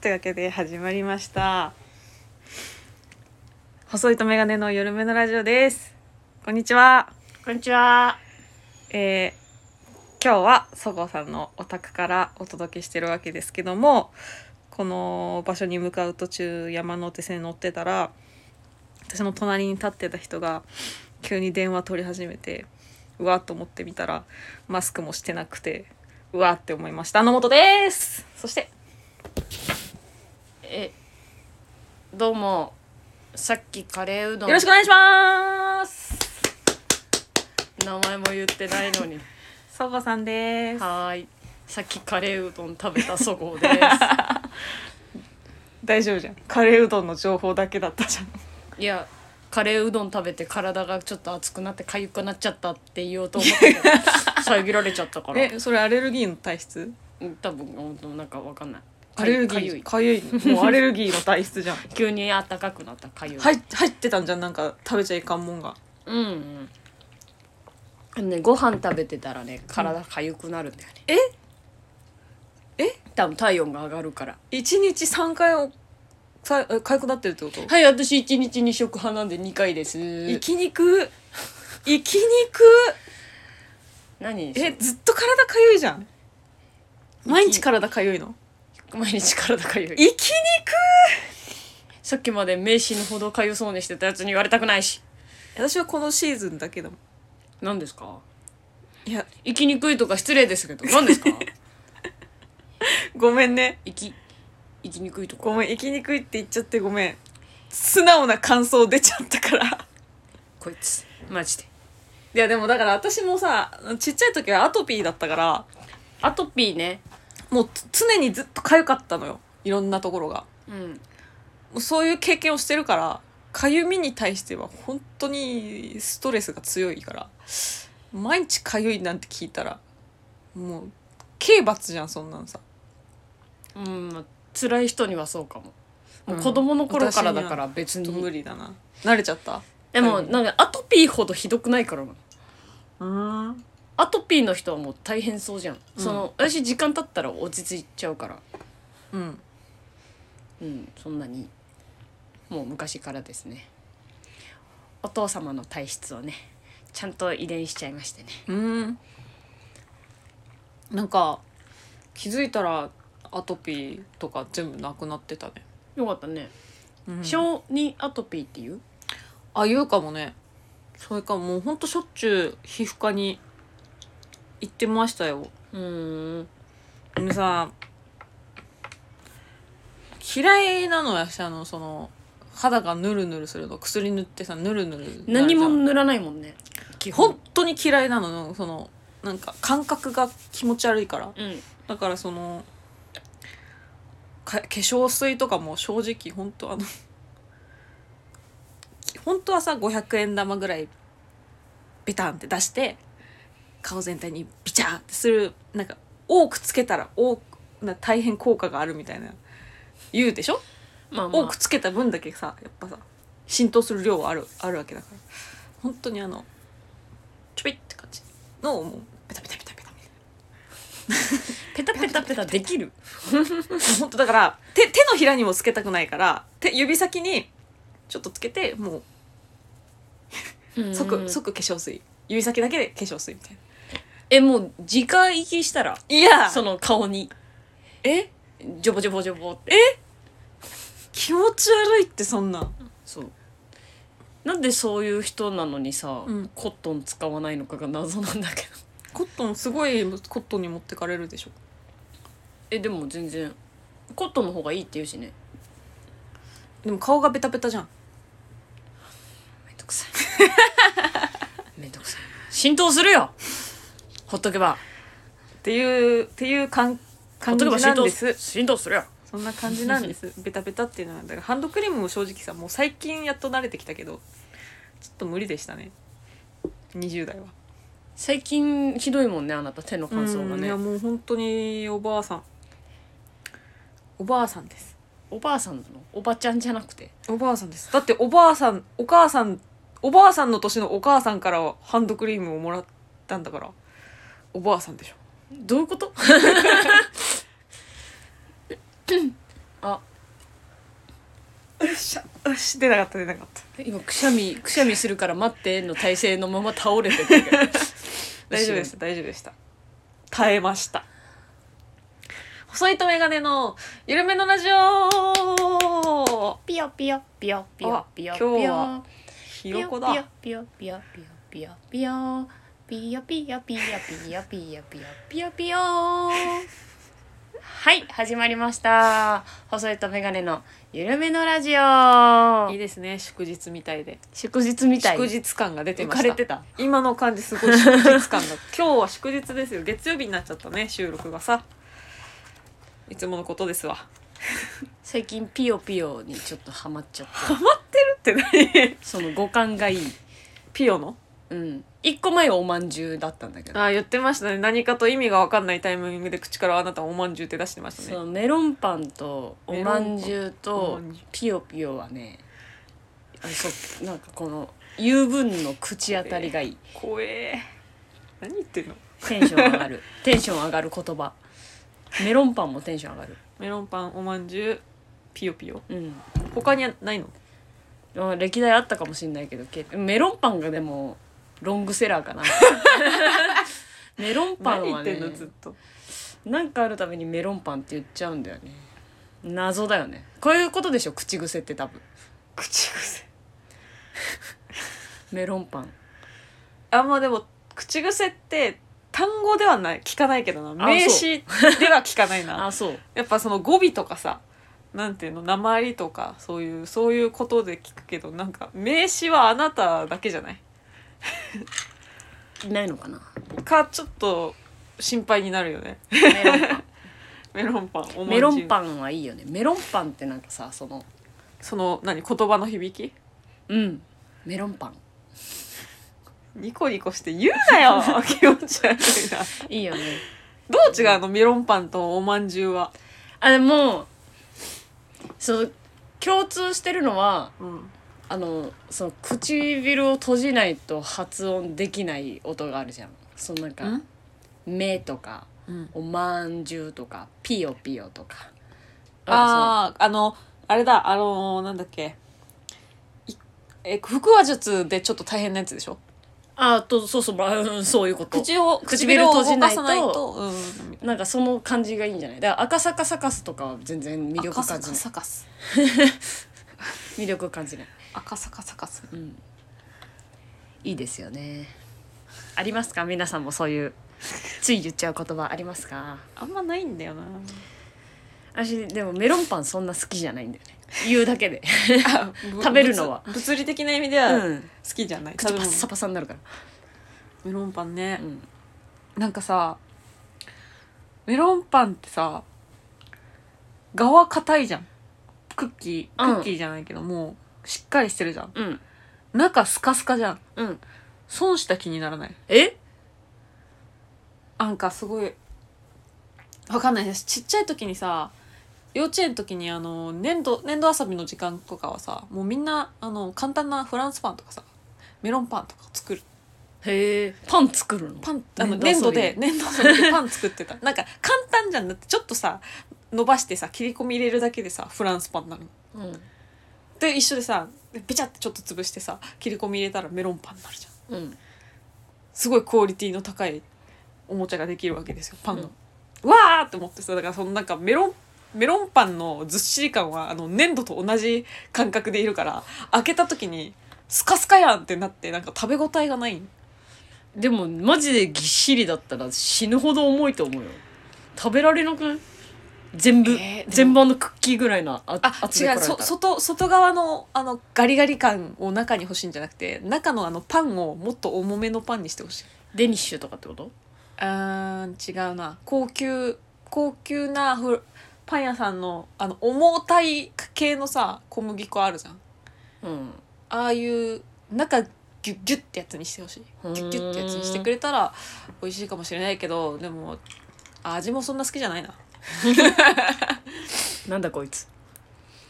というわけで始まりました細いとメガネの夜目のラジオですこんにちは、こんにちは。えー今日はそごうさんのお宅からお届けしてるわけですけどもこの場所に向かう途中山手線に乗ってたら私の隣に立ってた人が急に電話取り始めてうわっと思ってみたらマスクもしてなくてうわって思いました野本ですそしてえ、どうも。さっきカレーうどんよろしくお願いします名前も言ってない のに。そごさんですはーい。さっきカレーうどん食べたそご うです。大丈夫じゃんカレーうどんの情報だけだったじゃんいや、カレーうどん食べて体がちょっと熱くなって痒くなっちゃったって言おうと思ったけ ど、遮られちゃったから。えそれアレルギーの体質うん多分本当なんかわかんない。アレルギかゆーいか ゆいもうアレルギーの体質じゃん急に暖かくなったかゆい。入っ入ってたんじゃんなんか食べちゃいかんもんがうんうん。あのね、ご飯食べてたらね、体痒くなるんだよね。ええ多分体温が上がるから。一日3回をさえかゆくなってるってこと、はい、私一日二食派なんで二回です。生き肉生き肉何えずっと体かゆいじゃん毎日体かゆいの毎日体かゆい。生き肉さっきまで名刺のほどかゆそうにしてたやつに言われたくないし。私はこのシーズンだけども何ですかいや生きにくいとか失礼ですけど、何ですかごめんね 生き、生きにくいとか。ごめん生きにくいって言っちゃってごめん素直な感想出ちゃったからこいつ。マジで。 いやでもだから私もさちっちゃい時はアトピーだったからアトピーね。もうつ常にずっと痒かったのよいろんなところがうん。もうそういう経験をしてるから痒みに対しては本当にストレスが強いから毎日痒いなんて聞いたらもう刑罰じゃんそんなんさうん、まあ辛い人にはそうかも。もううん子供の頃からだから別に。無理だな慣れちゃったでも、なんかアトピーほどひどくないからな。うんアトピーの人はもう大変そうじゃん。うんその、私時間経ったら落ち着いちゃうから。うんうん、そんなにもう昔からですねお父様の体質をねちゃんと遺伝しちゃいましてねうんなんか気づいたらアトピーとか全部なくなってたね、よかったね、うん小児アトピーっていうあ言うかもねそれかもうほんとしょっちゅう皮膚科に行ってましたようんでもさ嫌いなのはあのその肌がヌルヌルするの薬塗ってさヌルヌルなるじゃん何も塗らないもんね基本当に嫌いなのそのなんか感覚が気持ち悪いからうんだからそのか化粧水とかも正直本当あの 本当はさ500円玉ぐらいビタンって出して顔全体にビチャーってするなんか多くつけたら多くな大変効果があるみたいな言うでしょ、まあまあ多くつけた分だけさやっぱさ浸透する量はあるあるわけだから本当にあのちょびって感じのをもうペタペタペタペタペタペタペタできる本当だから手手のひらにもつけたくないから手指先にちょっとつけてもう即、うん即化粧水指先だけで化粧水みたいえもう直行きしたらないやそそのの顔にえジョボジョボジョボって気持ち悪いってそんなそうなんでそういう人なのにさ、うんコットン使わないのかが謎なんだけどコットンすごいコットンに持ってかれるでしょえでも全然コットンの方がいいって言うしねでも顔がベタベタじゃんめんどくさい めんどくさい浸透するよほっとけばっていうっていう感ほっ感じとけばな浸ん透です浸透するよそんな感じなんです ベタベタっていうのはだからハンドクリームも正直さもう最近やっと慣れてきたけどちょっと無理でしたね20代は最近ひどいもんねあなた手の乾燥がうんいねやもう本当におばあさんおばあさんですおばあさんなのおばちゃんじゃなくておばあさんですだっておばあさんお母さんおばあさんの年のお母さんからハンドクリームをもらったんだからお ばあさんでしょどういうことあよっしゃよし出なかった出なかった今くしゃみくしゃみするから待っての体勢のまま倒れて たけど大丈夫でした大丈夫でした耐えました細いとメガネの緩めのラジオピヨピヨピヨピヨピヨあ今日はひよこだピヨピヨピヨピヨピヨピヨピヨピヨピヨピヨピヨピヨはい始まりました細いとメガネのゆるめのラジいいオですね祝日みたいで祝日みたい祝日感が出て浮まかしれたてた今の感じすごい祝日感が 今日は祝日ですよ月曜日になっちゃったね収録がさいつものことですわ 最近ピヨピヨにちょっとハマっちゃってハマってるって何その五感がいいピヨのうん一個前はおまんじゅうだったんだけどああ言ってましたね何かと意味が分かんないタイミングで口からあなたおまんじゅうって出してましたそねうメロンパンとおまんじゅうおとまんじゅうピヨピヨはねあそうなんかこの油分の口当たりがいい怖え何言ってんのテンション上がる テンション上がる言葉メロンパンもテンション上がるメロンパンおまんじゅうピヨピヨうん他にはないのまあ歴代あったかもしれないけどけメロンパンがでもロングセラー かなメロンパ何ン言はってねんのずっとなんかあるためにメロンパンって言っちゃうんだよね謎だよねこういうことでしょ口癖って多分口癖メロンパンあんまあでも口癖って単語ではない聞かないけどなあ名詞では聞かない なあそうやっぱその語尾とかさなんていうの鉛とかそういうそういうことで聞くけどなんか名詞はあなただけじゃないいないのかなかちょっと心配になるよね メロンパンメロンパンおまんじゅうメロンパンはいいよねメロンパンってなんかさそのその何言葉の響きうんメロンパンニコニコして言うな よ気持ち悪いないいよねどう違うのメロンパンとおまんじゅうは、あでもそう共通してるのはうん、あのその唇を閉じないと発音できない音があるじゃんそのなんか「目」とかうん「おまんじゅう」とか「ピヨピヨ」とかああああのあれだあのーなんだっけいえ腹話術でちょっと大変なやつでしょあとそうそう、まあうん、そういうこと口を唇唇をを閉動じなかいさとないとうんなんかその感じがいいんじゃないだから赤坂サカスとかは全然魅力赤感坂じないサカス魅力感じない赤坂サカスうん、いいですよねありますか皆さんもそういうつい言っちゃう言葉ありますかあんまないんだ よな私でもメロンパンそんな好きじゃないんだよ ね言うだけで、あぶ食べるのは物物理的な意味でうは好ん、きじゃない、口食べパッ物サパサになるかメロンパンら、ねう、ん、なんかさメロンパンってさ側硬いじゃんクッキーうんクッキーじゃないけど、もうしっかりしてるじゃんうん中スカスカじゃんうん損した気にならないえなんかすごいわかんないですちっちゃい時にさ幼稚園の時にあの粘土粘土遊びの時間とかはさもうみんなあの簡単なフランスパンとかさメロンパンとか作るへえパン作るのパンあの粘粘土土遊びで粘土遊びでパン作ってた なんか簡単じゃんだってちょっとさ伸ばしてさ切り込み入れるだけでさフランスパンになるのうんで一緒でさペチャってちょっと潰してさ切り込み入れたらメロンパンになるじゃんうんすごいクオリティの高いおもちゃができるわけですよパンの、わーって思ってさだからそのなんかメロンメロンパンのずっしり感はあの粘土と同じ感覚でいるから開けた時にスカスカやんってなってなんか食べ応えがないでもマジでぎっしりだったら死ぬほど重いと思うよ食べられなくない全部、えーでも全部あのクッキーぐらいなああ厚違うみ来られたそら外外側のあのガリガリ感を中に欲しいんじゃなくて中のあのパンをもっと重めのパンにしてほしいデニッシュとかってことあー違うな高級高級なふパン屋さんのあの重たい系のさ小麦粉あるじゃんうんああいう中ギュッギュッってやつにしてほしいギュッギュッってやつにしてくれたら美味しいかもしれないけどでも味もそんな好きじゃないななんだこいつ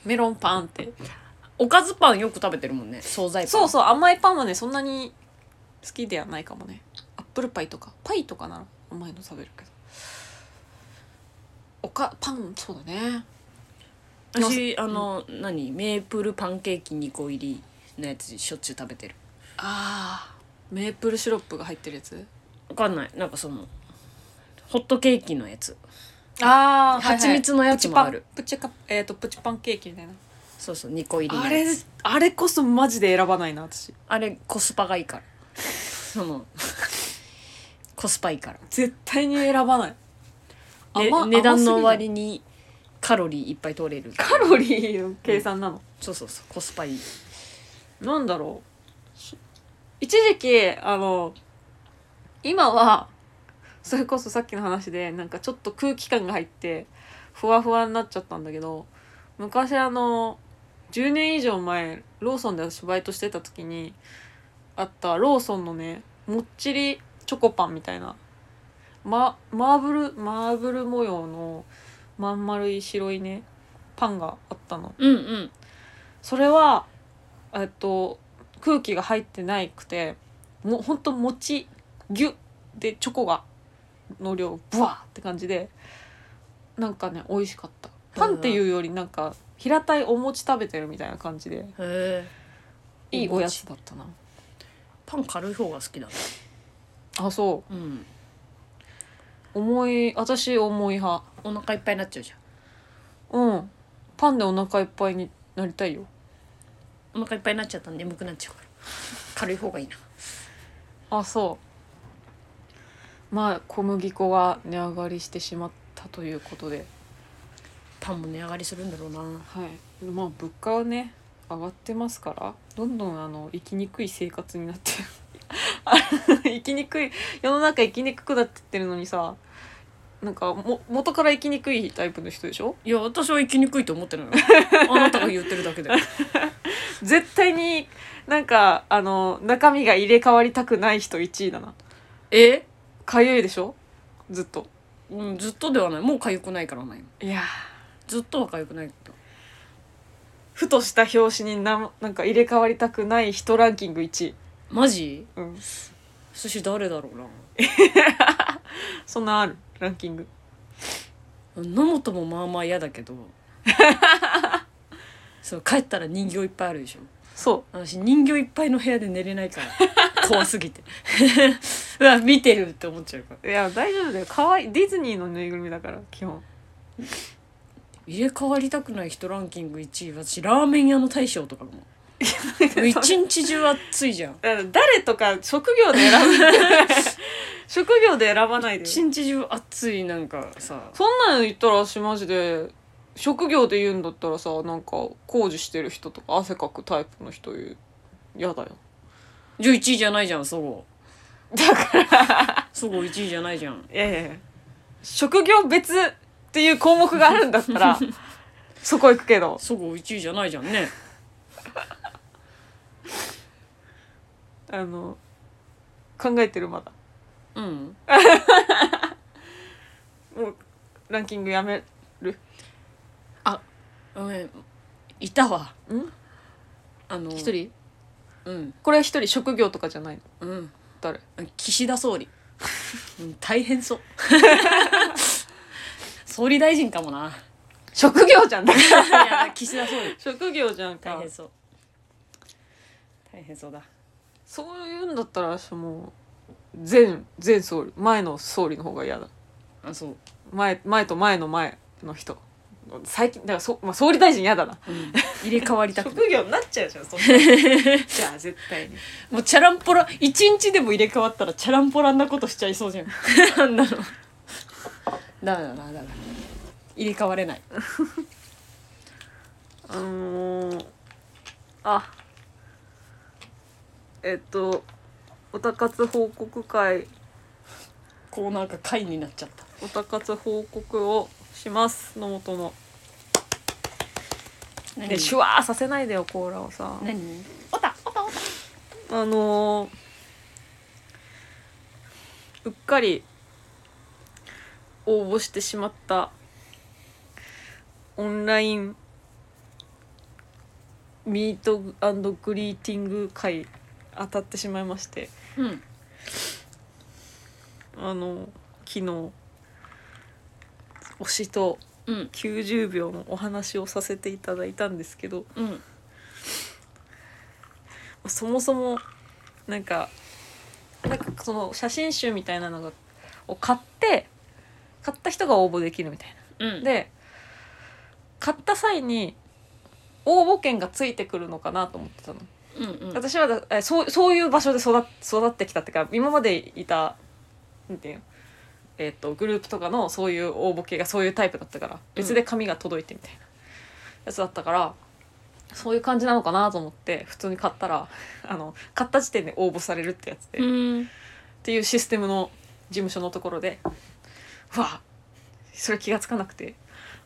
メロンパンっておかずパンよく食べてるもんね惣菜パンそうそう甘いパンはねそんなに好きではないかもねアップルパイとかパイとかなら甘いの食べるけどおかパンそうだね私あの、何メープルパンケーキ2個入りのやつしょっちゅう食べてるあーメープルシロップが入ってるやつわかんないなんかそのホットケーキのやつあー蜂蜜のやつもあるプチカえっ、とプチパンケーキみたいなそうそう2個入りのあやれつあれこそマジで選ばないな私あれコスパがいいからその コスパいいから絶対に選ばないね甘値段の甘すぎない割にカロリーいっぱい取れるカロリーの計算なの、そうそうそうコスパいいなんだろう一時期あの今はそれこそさっきの話でなんかちょっと空気感が入ってふわふわになっちゃったんだけど昔あの10年以上前ローソンで私バイトしてた時にあったローソンのねもっちりチョコパンみたいな、ま、マーブルマーブル模様のまん丸い白いねパンがあったの。うんうんそれはえっと空気が入ってないくてもうほんと餅ギュッでチョコがの量ブワーって感じでなんかね美味しかったパンっていうよりなんか平たいお餅食べてるみたいな感じでへえいいおやつだったなパン軽い方が好きだねあそうんう重い私重い派お腹いっぱいになっちゃうじうんパンでお腹いっぱいになりたいよゃんお腹いっぱいになっちゃったら眠くなっちゃうから軽い方がいいなあそうまあ小麦粉が値上がりしてしまったということでパンも値上がりするんだろうなはい、まあ物価はね上がってますからどんどんあの生きにくい生活になってる あ生きにくい世の中生きにくくなってってるのにさなんかも元から生きにくいタイプの人でしょいや私は生きにくいと思ってないよ あなたが言ってるだけで絶対になんかあの中身が入れ替わりたくない人1位だなえ、かゆいでしょずっとうん、ずっとではないもう痒くないからないいやーずっとは痒くないけどふとした拍子になんなんか入れ替わりたくない人ランキング1位、マジうん、寿司誰だろうなそんなんあるランキング野本もまあまあ嫌だけど そう帰ったら人形いっぱいあるでしょそう私人形いっぱいの部屋で寝れないから怖すぎて うわ見てるって思っちゃうからいや大丈夫だよ可愛いディズニーのぬいぐるみだから基本入れ替わりたくない人ランキング1位私ラーメン屋の大将とかも 一日中暑いじゃん誰とか職業で選ぶ 職業で選ばないで一そん日中暑いなんかさなの言ったら私マジで職業で言うんだったらさなんか工事してる人とか汗かくタイプの人嫌だよじゃあ1位じゃないじゃんそごだからそご1位じゃないじゃんええ職業別っていう項目があるんだった らそこ行くけどそご1位じゃないじゃんねあの考えてるまだうんもうランキングやめるごめんいたわんあの一人うんこれは一人職業とかじゃないのうん誰岸田総理うん 大変そう総理大臣かもな職業 じゃんだからいや岸田総理職業じゃん大か変そう大変そうだそういうんだったら私もう前前総理前の総理の方が嫌だあそう、前前と前の前の人最近だからそ、まあ、総理大臣嫌だ なうん、入れ替わりたくない業になっちゃうじゃん そんなじゃあ絶対にもうチャランポラ一日でも入れ替わったらチャランポランなことしちゃいそうじゃんあんなのダメだなダメだ入れ替われないあのー、あえっとおたかつ報告会こうなんか会になっちゃったおたかつ報告をします野本のでシュワーさせないでよコーラをさ何おたおたおたあのーうっかり応募してしまったオンラインミートグリーティング会当たってしまいましてうんあの昨日推しとうん90秒のお話をさせていただいたんですけどうんそもそもなんかなんかその写真集みたいなのがを買って買った人が応募できるみたいな。うんで買った際に応募券がついてくるのかなと思ってたの、うんうん私はだえそうそういう場所で育っ育ってきたっていうか今までいたなんていうのえっとグループとかのそういう応募系がそういうタイプだったから別で紙が届いてみたいなやつだったから、そういう感じなのかなと思って普通に買ったらあの買った時点で応募されるってやつで、うんっていうシステムの事務所のところでうわそれ気がつかなくて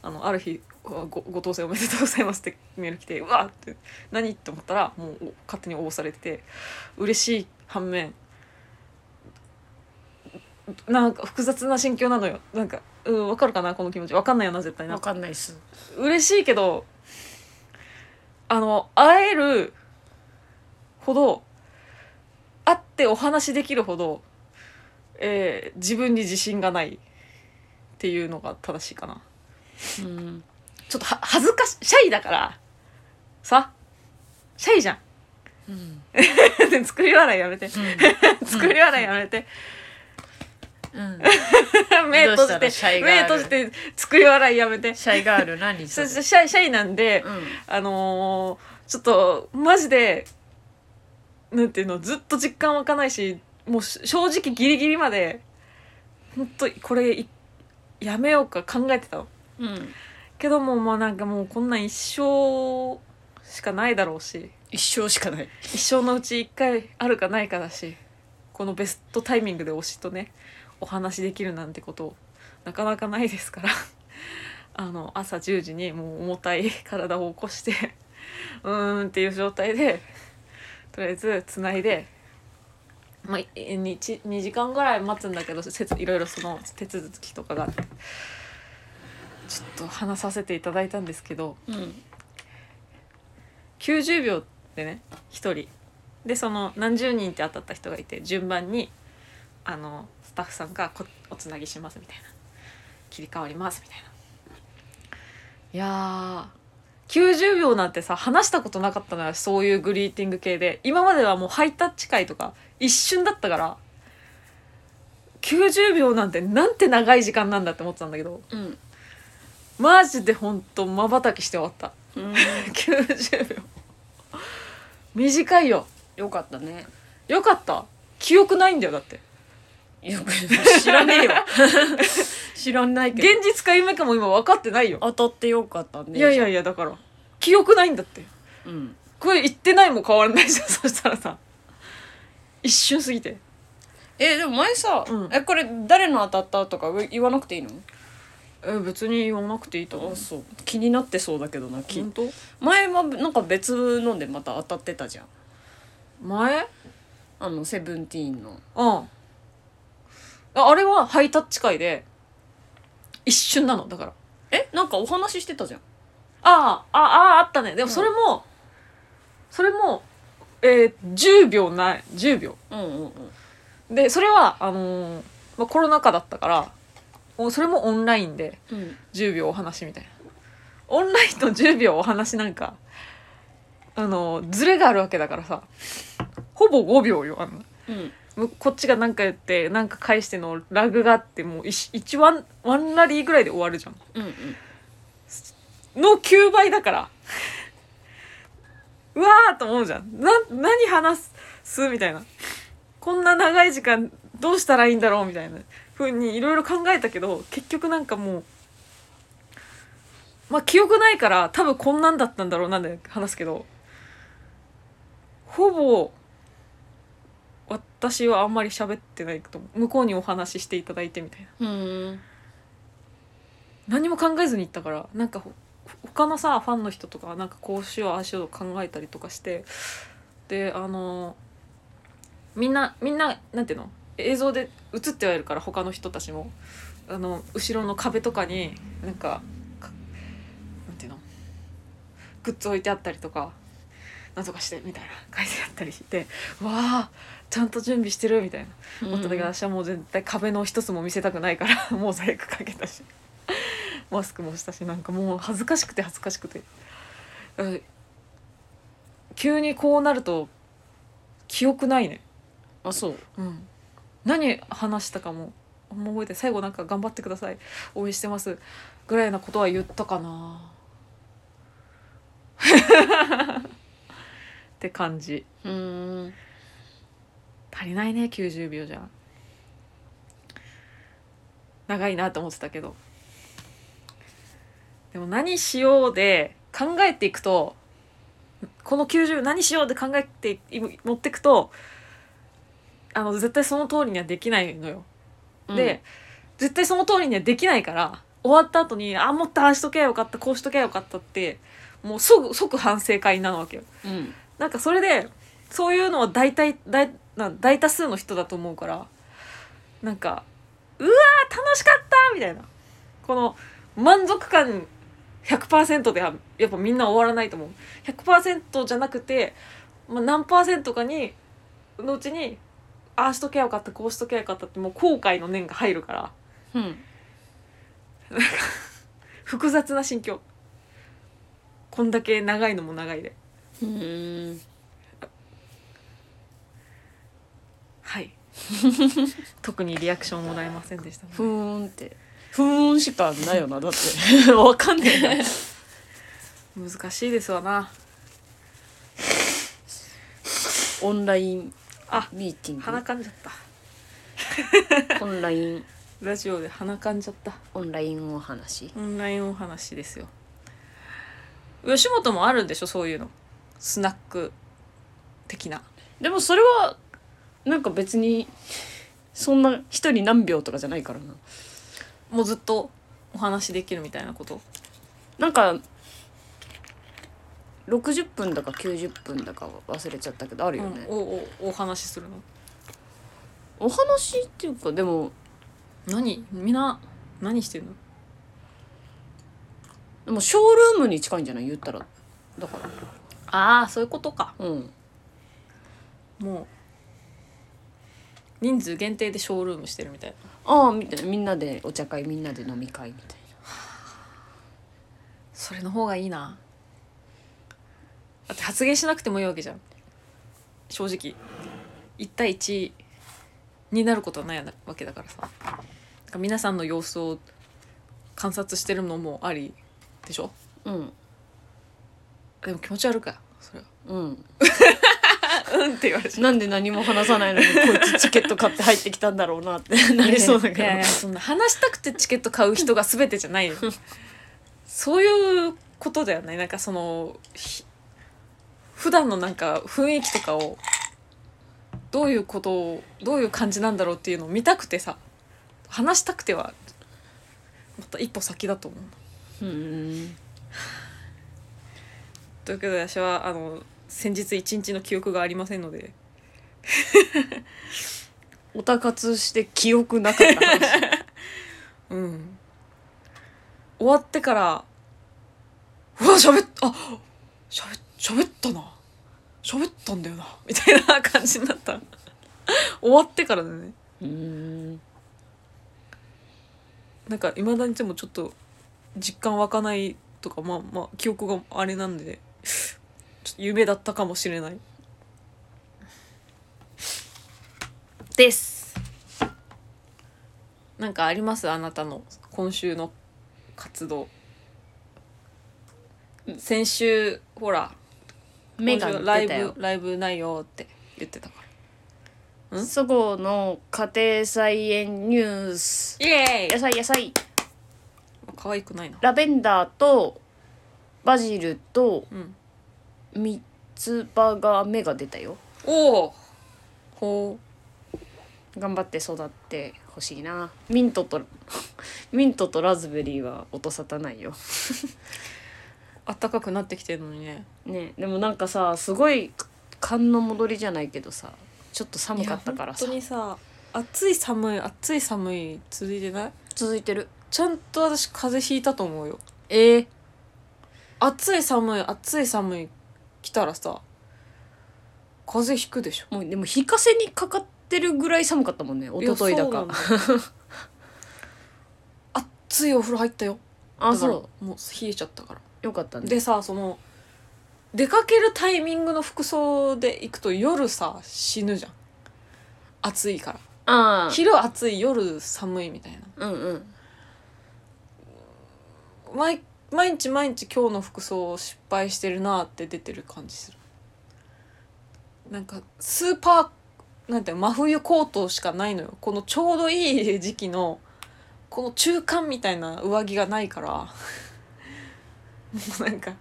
あのある日うわご「ご当選おめでとうございます」ってメール来て「うわっ!」って何って思ったらもうお勝手に応募されてて嬉しい反面なんか複雑な心境なのよなんかうんわかるかなこの気持ちわかんないよな絶対なわかんないっす嬉しいけどあの会えるほど会ってお話できるほど、えー自分に自信がないっていうのが正しいかなうんちょっとは恥ずかしシャイだからさシャイじゃんう ん作り笑いやめて作り笑いやめてうん 目閉どうじしたらシャてイがあ目る閉じて作り笑いやめてシャイガール何そそれそシャイシャイなんで、うんあのーちょっとマジでなんていうのずっと実感湧かないしもうし正直ギリギリまで本当これいやめようか考えてたのうんけどもまあなんかもうこんなん一生しかないだろうし一生しかない一生のうち一回あるかないかだしこのベストタイミングで推しとねお話できるなんてことなかなかないですから あの朝10時にもう重たい体を起こして うーんっていう状態でとりあえずつないで、まあ、2, 2時間ぐらい待つんだけどせついろいろその手続きとかがあってちょっと話させていただいたんですけど。うん90秒でね1人でその何十人って当たった人がいて順番にあのスタッフさんがこ「おつなぎします」みたいな「切り替わります」みたいないやー90秒なんてさ話したことなかったのよそういうグリーティング系で今まではもうハイタッチ会とか一瞬だったから90秒なんてなんて長い時間なんだって思ってたんだけどうんマジでほんとまばたきして終わったうん90秒短いよよかったねよかった記憶ないんだよだってよく知らねえ よ知らないけど現実か夢かも今分かってないよ当たってよかったねいやいやいやだから記憶ないんだってうんこれ言ってないも変わらないじゃん そしたらさ一瞬すぎてえでも前さ、うんえこれ誰の当たったとか言わなくていいのえ別に言わなくていいと思うあそう気になってそうだけどなき本当前はなんか別のでまた当たってたじゃん前あのセブンティーンのうんああれはハイタッチ会で一瞬なのだからえなんかお話ししてたじゃんあああああったねでもそれも、それもえー、10秒ない10秒うんうんうんでそれはあのーまあ、コロナ禍だったからおそれもオンラインでうん10秒お話みたいなオンラインの10秒お話なんかあのーズレがあるわけだからさほぼ5秒よあんなうんむこっちが何か言って何か返してのラグがあってもう 1, ワンワンラリーぐらいで終わるじゃんうんの9倍だから。うわーと思うじゃん。な、何話すみたいな。こんな長い時間どうしたらいいんだろうみたいなふうにいろいろ考えたけど、結局なんかもう、まあ記憶ないから多分こんなんだったんだろうなんで話すけど、ほぼ、私はあんまり喋ってないと思う向こうにお話ししていただいてみたいな。うんうん何も考えずに行ったからなんかほ他のさファンの人とかはなんかこうしようああしようと考えたりとかしてであのみんなみんななんていうの映像で映ってはいるから他の人たちもあの後ろの壁とかになんかかなんていうのグッズ置いてあったりとかなんとかしてみたいな書いてあったりしてわあちゃんと準備してるみたいなうん 思ったけど私はもう絶対壁の一つも見せたくないからモザイクかけたしマスクもしたしなんかもう恥ずかしくて恥ずかしくてうん急にこうなると記憶ないねあそううん何話したかもあんま覚えてない最後なんか「頑張ってください応援してます」ぐらいなことは言ったか なって感じうーん足りないね90秒じゃ長いなと思ってたけどでも何しようで考えていくとこの90秒何しようで考えてい持ってくとあの絶対その通りにはできないのよ、で絶対その通りにはできないから終わった後にあもっとああしとけばよかったこうしとけばよかったってもう即即反省会になるわけようんなんかそれでそういうのは大体大なん大多数の人だと思うからなんかうわー楽しかったみたいなこの満足感100%ではやっぱみんな終わらないと思う100%じゃなくて、まあ、何パーセントかにのうちにああしとけばよかったこうしとけばよかったってもう後悔の念が入るからうん複雑な心境こんだけ長いのも長いでうーんはい特にリアクションもらえませんでしたねふーんってふーんしかないよなだって わかんねえな難しいですわなオンラインあミーティング鼻かんじゃったオンラインラジオで鼻かんじゃったオンラインお話オンラインお話ですよ吉本もあるんでしょそういうのスナック的なでもそれはなんか別にそんな一人何秒とかじゃないからなもうずっとお話できるみたいなことなんか60分だか90分だか忘れちゃったけどあるよね、うん、おおお話しするのお話っていうかでも何みんな何してるのでもショールームに近いんじゃない言ったらだかああそういうことからうんもう人数限定でショールームしてるみたいなああみたいなみんなでお茶会みんなで飲み会みたいそれの方がいいなだって発言しなくてもいいわけじゃん正直1対1になることはないわけだからさだから皆さんの様子を観察してるのもありでしょなうんでも気持ち悪いかそれはうんうんって言われちゃなんで何も話さないのにこいつチケット買って入ってきたんだろうなって なりそうだかいやいやいやらそんな話したくてチケット買う人が全てじゃ ないよそういうことだよねなんかそのひ普段のなんか雰囲気とかをどういうことをどういう感じなんだろうっていうのを見たくてさ話したくてはまた一歩先だと思ううんということで私はあの先日一日の記憶がありませんのでおたかつして記憶なかった話 うん終わってからうわ喋っあ喋喋ったな喋ったんだよなみたいな感じになった終わってからだねうんなんかいまだにでもちょっと実感湧かないとかまあまあ記憶があれなんでちょっと夢だったかもしれないですなんかありますあなたの今週の活動先週ほら目がラ出イたよブライブないよって言ってたかんそごうの家庭菜園ニュースらイエ野菜野菜イ可愛くないなラベンダーとバジルとうん三つ葉が芽が出たよおおほ頑張って育ってほしいなミントと ミントとラズベリーは音沙汰ないようあったかくなってきてるのにねねでもなんかさすごい寒の戻りじゃないけどさちょっと寒かったからさいや本当にさ暑い寒い暑い寒い続いてない続いてるちゃんと私風邪ひいたと思うよえー、暑い寒い暑い寒い来たらさ風邪ひくでしょもうでも日陰にかかってるぐらい寒か ったもんね一昨日だいやそかうなんだよ暑いお風呂入ったよあだからそもう冷えちゃったからうよかったねでさその出かけるタイミングの服装で行くと夜さ死ぬじゃん暑いかあらあ昼暑い夜寒いみたいなうんうん毎毎日毎日今日の服装を失敗してるなって出てる感じするなんかスーパーなんていうの真冬コートしかないのよこのちょうどいい時期のこの中間みたいな上着がないから もうなんか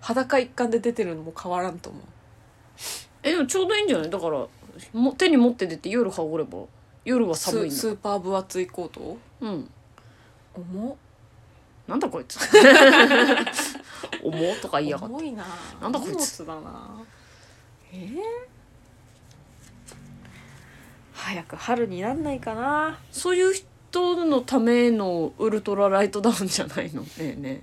裸一貫で出てるのも変わらんと思うえでもちょうどいいんじゃないだからも手に持って出て夜羽織れば夜はス寒いスのーパー分厚いコートうん重っなんだこ いつ重っとか言いやがって重いななんだこいつ荷物だなえー早く春になんないかなそういう人のためのウルトラライトダウンじゃないのねえねえ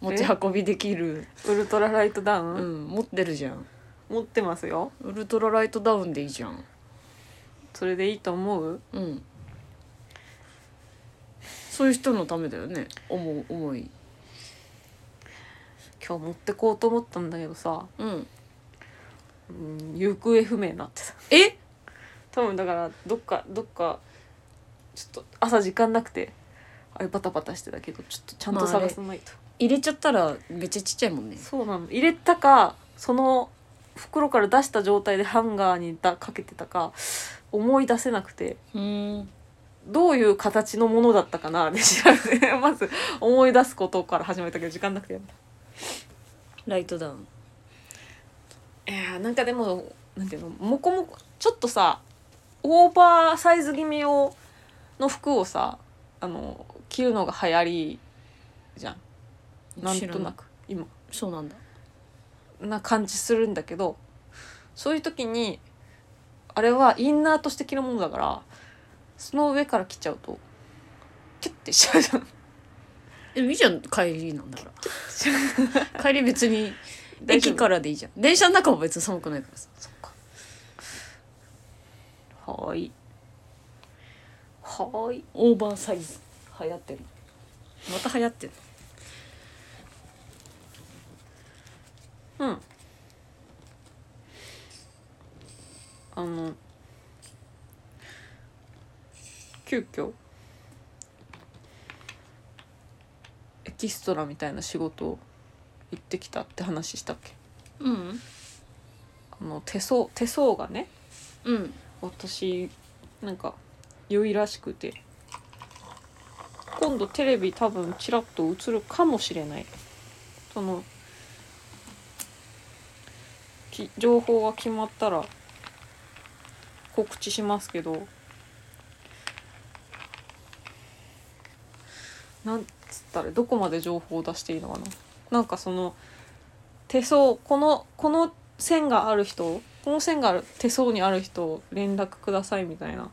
持ち運びできる、ウルトラライトダウン、うん、持ってるじゃん持ってますよウルトラライトダウンでいいじゃんそれでいいと思ううんそういう人のためだよね思う思い今日持ってこうと思ったんだけどさ、うんうん、行方不明になってたえ多分だからどっかどっかちょっと朝時間なくてあれバタバタしてたけどちょっとちゃんと探さないと、入れちゃったらめっちゃちっちゃいもんねそうなの入れたかその袋から出した状態でハンガーにだかけてたか思い出せなくてうんどういう形のものだったかなで調べて まず思い出すことから始めたけど時間なくてやめたライトダウンいやーなんかでもなんていうのもこもこちょっとさオーバーサイズ気味をの服をさあの着るのが流行りじゃんなんと知らないく今そうなんだな感じするんだけどそういう時にあれはインナーとして着るものだからその上から着ちゃうとキュッてしちゃうじゃん。でもいいじゃん帰りなんだから 帰り別に大丈夫駅からでいいじゃん電車の中も別に寒くないからさそっかはーいはーいオーバーサイズ流行ってるまた流行ってるうんあの急遽エキストラみたいな仕事行ってきたって話したっけうんあの手相手相がねうん私なんか良いらしくて今度テレビ多分ちらっと映るかもしれないそのき情報が決まったら告知しますけどなんつったらどこまで情報を出していいのかななんかその手相このこの線がある人この線がある手相にある人連絡くださいみたいな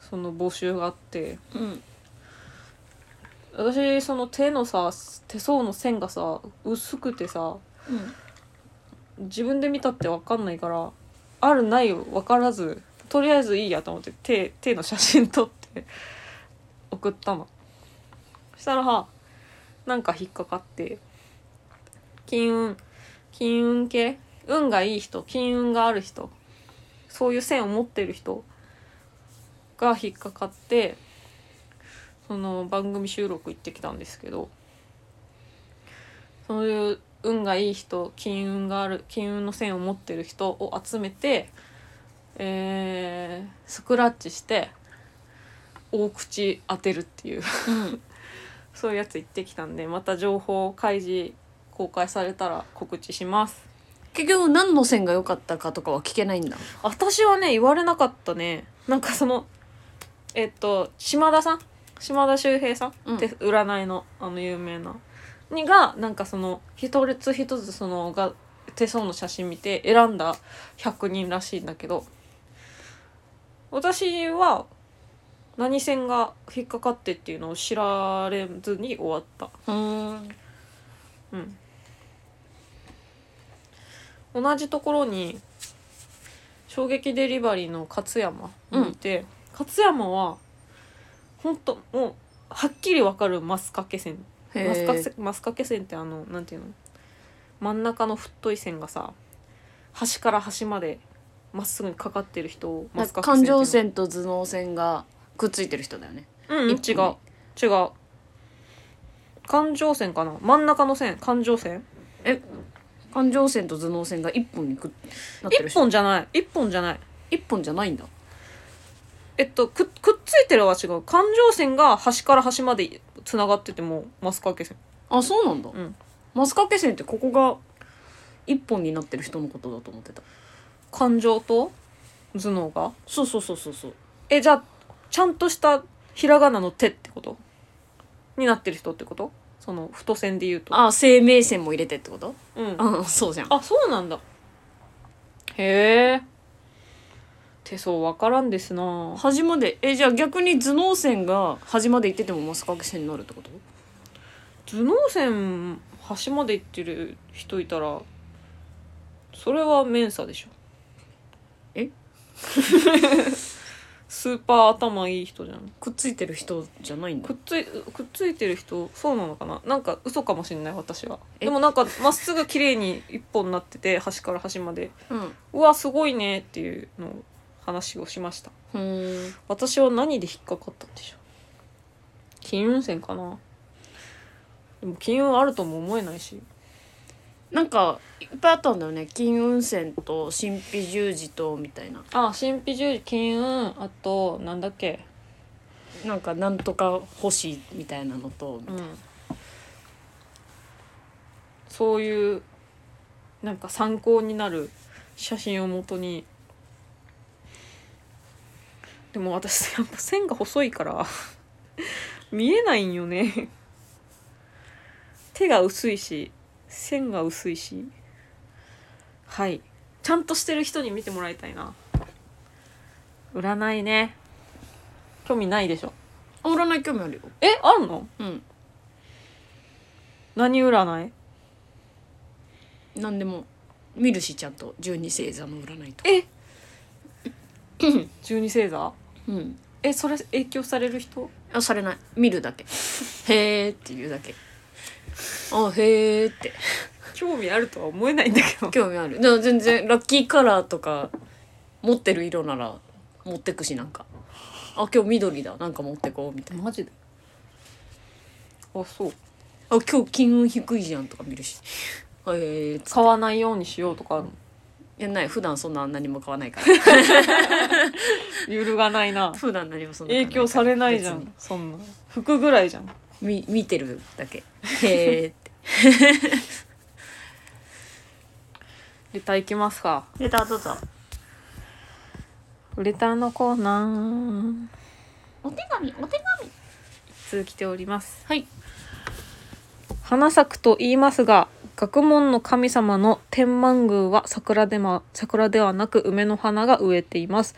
その募集があってうん私その手のさ手相の線がさ薄くてさうん自分で見たって分かんないからあるない分からずとりあえずいいやと思って手手の写真撮って 送ったのそしたらなんか引っかかって金運金運系運がいい人金運がある人そういう線を持ってる人が引っかかってその番組収録行ってきたんですけどそういう運がいい人金運がある金運の線を持ってる人を集めて、えースクラッチして大口当てるっていううん そういうやつ行ってきたんでまた情報開示公開されたら告知します結局何の線が良かったかとかは聞けないんだ私はね言われなかったねなんかそのえっと島田さん島田秀平さうんんって占いのあの有名なにがなんかその一つ一つそのが手相の写真見て選んだ100人らしいんだけど私は何線が引っかかってっていうのを知られずに終わったうんうん、同じところに衝撃デリバリーの勝山にいて、勝山は本当もうはっきりわかるマスカケ線マスカへケマスカケ線ってあのなんていうの真ん中の太い線がさ端から端までまっすぐにかかってる人をマスカえケ線っ環ていうの状線と頭脳線がくっついてる人だよねうん、うん、違う一本違う環状線かな真ん中の線環状線環状線と頭脳線が一本にくっなってる一人本じゃない一本じゃない一本じゃないんだえっとくくっついてるは違う環状線が端から端までつながっててもマスカケ線あそうなんだ、うんマスカケ線ってここが一本になってる人のことだと思ってた感情と頭脳がそうそうそうそうそうえじゃあちゃんとしたひらがなの手ってことになってる人ってことその太線で言うとあ生命線も入れてってことうんうんそうじゃんあそうなんだへえ手相わからんですな端までえじゃあ逆に頭脳線が端まで行っててもマスカケ線になるってこと頭脳線端まで行ってる人いたらそれはメンサでしょえ スーパー頭いい人じゃんくっついてる人じゃないんだくっついくっついてる人そうなのかななんか嘘かもしれない私はえでもなんかまっすぐ綺麗に一本になってて端から端までうんうわすごいねっていうのを話をしましたふーん私は何で引っかかったんでしょう金運線かなでも金運あるとも思えないしなんかいっぱいあったんだよね金運線と神秘十字とみたいなあ神秘十字金運あとなんだっけなんかなんとか星みたいなのとうんそういうなんか参考になる写真をもとにでも私やっぱ線が細いから 見えないんよね手が薄いし線が薄いしはいちゃんとしてる人に見てもらいたいな占いね興味ないでしょあ占い興味あるよえあるのうん何占い何でも見るしちゃんと十二星座の占いとかえ十二星座うんえそれ影響される人あされない見るだけへーって言うだけあへーって興味あるとは思えないんだけど興味あるでも全然ラッキーカラーとか持ってる色なら持ってくしなんかあ今日緑だなんか持ってこうみたいなマジであそうあ今日金運低いじゃんとか見るしあへーっつ買わないようにしようとかあるのいやない普段そんな何も買わないから 揺るがないな普段何もそんな買わ影ない響されないじゃ別にんそんな服ぐらいじゃんみ見てるだけへーって レターいきますかレターどうぞレターのコーナーお手紙お手紙続きておりますはい花咲くと言いますが学問の神様の天満宮は桜で,、ま、桜ではなく梅の花が植えています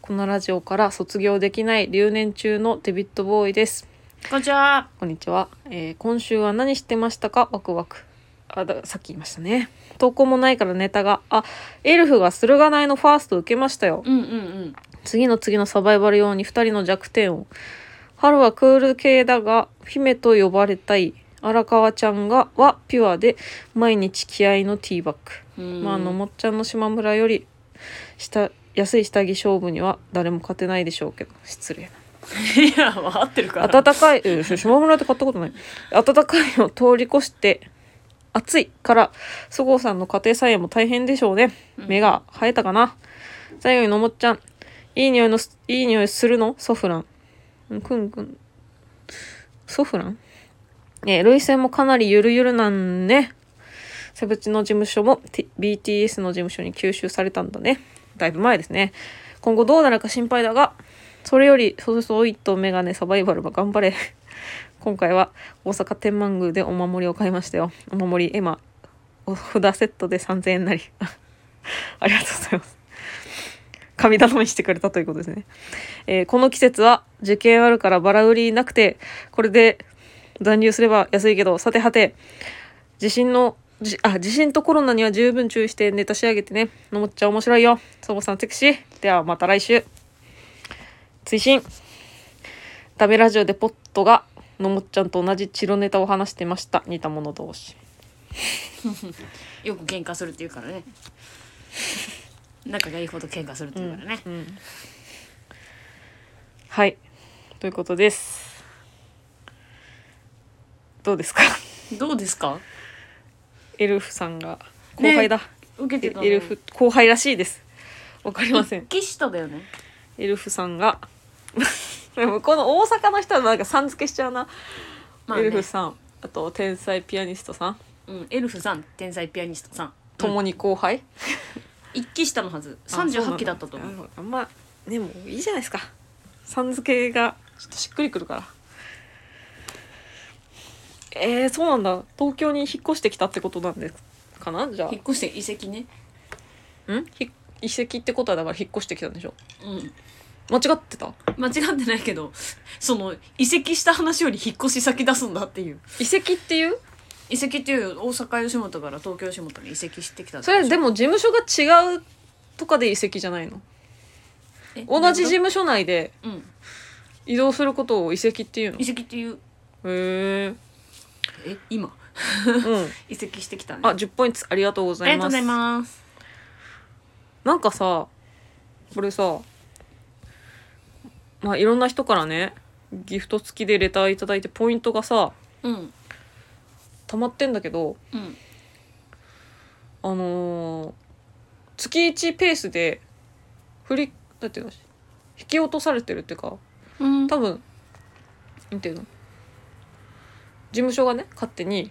このラジオから卒業できない留年中のデビッドボーイですこんにちはこんにちは、えー今週は何してましたかワクワクあださっき言いましたね投稿もないからネタがあエルフが駿河台のファースト受けましたようんうんうん次の次のサバイバル用に2人の弱点を春はクール系だが姫と呼ばれたい荒川ちゃんがはピュアで毎日気合いのティーバッグ、うんまああのもっちゃんの島村より下安い下着勝負には誰も勝てないでしょうけど失礼 いやまあ合ってるから暖かい、うん、島村って買ったことない暖かいを通り越して暑いからそごうさんの家庭菜園も大変でしょうねうん目が生えたかな、最後にのもっちゃんいい匂いのすいい匂いするのソフランうんくんくんソフランね涙腺もかなりゆるゆるなんねセブチの事務所も、T- BTS の事務所に吸収されたんだねだいぶ前ですね今後どうなるか心配だがそれより、そうそういとメガネサバイバルは頑張れ。 今回は大阪天満宮でお守りを買いましたよ。お守り、エマ、お札セットで3000円なり。 ありがとうございます。神頼みしてくれたということですね。えーこの季節は受験あるからバラ売りなくて、これで残留すれば安いけど、さてはて、地震の、じあ、地震とコロナには十分注意してネタ仕上げてね。のもっちゃん面白いよ。そぼさんセクシー。ではまた来週。追伸ダメラジオでポットがのもっちゃんと同じチロネタを話してました似た者同士よく喧嘩するって言うからね仲がいいほど喧嘩するって言うからね、うんはいということですどうですか どうですかエルフさんが後ね輩だ、受けてたのエルフ後輩らしいですわかりませ ん一騎士とだよねエルフさんが でもこの大阪の人はなんかさん付けしちゃうな、まあねエルフさんあと天才ピアニストさんうん、エルフさん天才ピアニストさんともに後輩、一騎士たのはずあそうなん38期だったと思うああんまねもういいじゃないですかさん付けがちょっとしっくりくるからえー、そうなんだ東京に引っ越してきたってことなんですかなじゃあ引っ越して遺跡ねんひ移籍ってことはだから引っ越してきたんでしょうん間違ってた間違ってないけどその移籍した話より引っ越し先出すんだっていう移籍っていう移籍っていう大阪吉本から東京吉本に移籍してきたそれでも事務所が違うとかで移籍じゃないのえ同じ事務所内でうん移動することを移籍っていうの移籍っていうへええ今 うん移籍してきたねあ10ポイントありがとうごあざりいまがとうごすざいますなんかさこれさまあいろんな人からねギフト付きでレター頂いただいてポイントがさうん溜まってんだけどうんあのー月1ペースで振りなんていうの引き落とされてるっていうかうん多分なんていうの事務所がね勝手に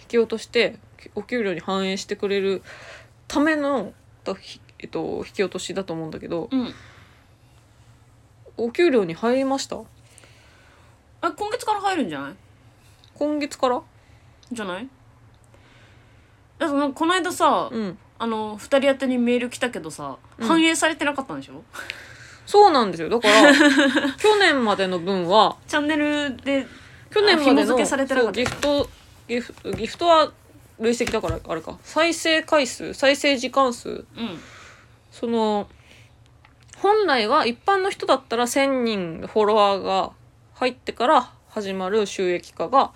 引き落としてお給料に反映してくれるための、とひえっと、引き落としだと思うんだけどうんお給料に入りましたあ今月から入るんじゃない今月からじゃないだからなんかこの間さ、うんあの二人宛てにメール来たけどさ、うん反映されてなかったんでしょそうなんですよだから 去年までの分はチャンネルで去年まで紐の付けされてなそかっうたギフトギフギフトは累積だからあれか再生回数再生時間数うんその本来は一般の人だったら1,000人フォロワーが入ってから始まる収益化が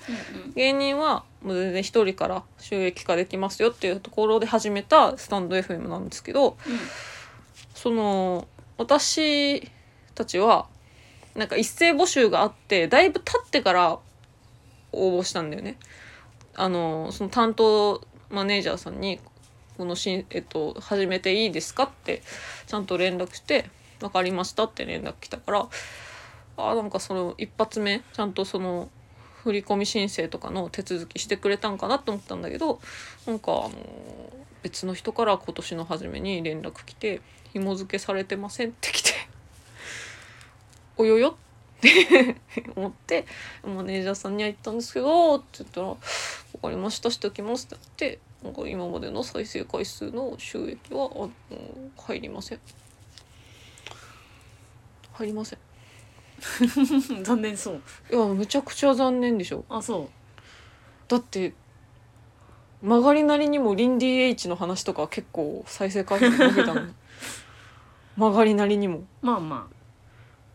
芸人はもう全然一人から収益化できますよっていうところで始めたスタンド FM なんですけど、うんその私たちはなんか一斉募集があってだいぶ経ってから応募したんだよね。あのその担当マネージャーさんにこのしん、えっと、始めていいですかってちゃんと連絡して「分かりました」って連絡来たからあーなんかその一発目ちゃんとその振り込み申請とかの手続きしてくれたんかなと思ったんだけどなんかあのー別の人から今年の初めに連絡来て「紐付けされてません」って来て 「およよ」って 思ってマネージャーさんには言ったんですけどって言ったら「分かりましたしておきます」って言ってなんか今までの再生回数の収益はあのー入りません。入りません。うん残念そういやむちゃくちゃ残念でしょ。あそうだって曲がりなりにもリンディ・エイチの話とか結構再生回数伸びた の曲がりなりにもまあま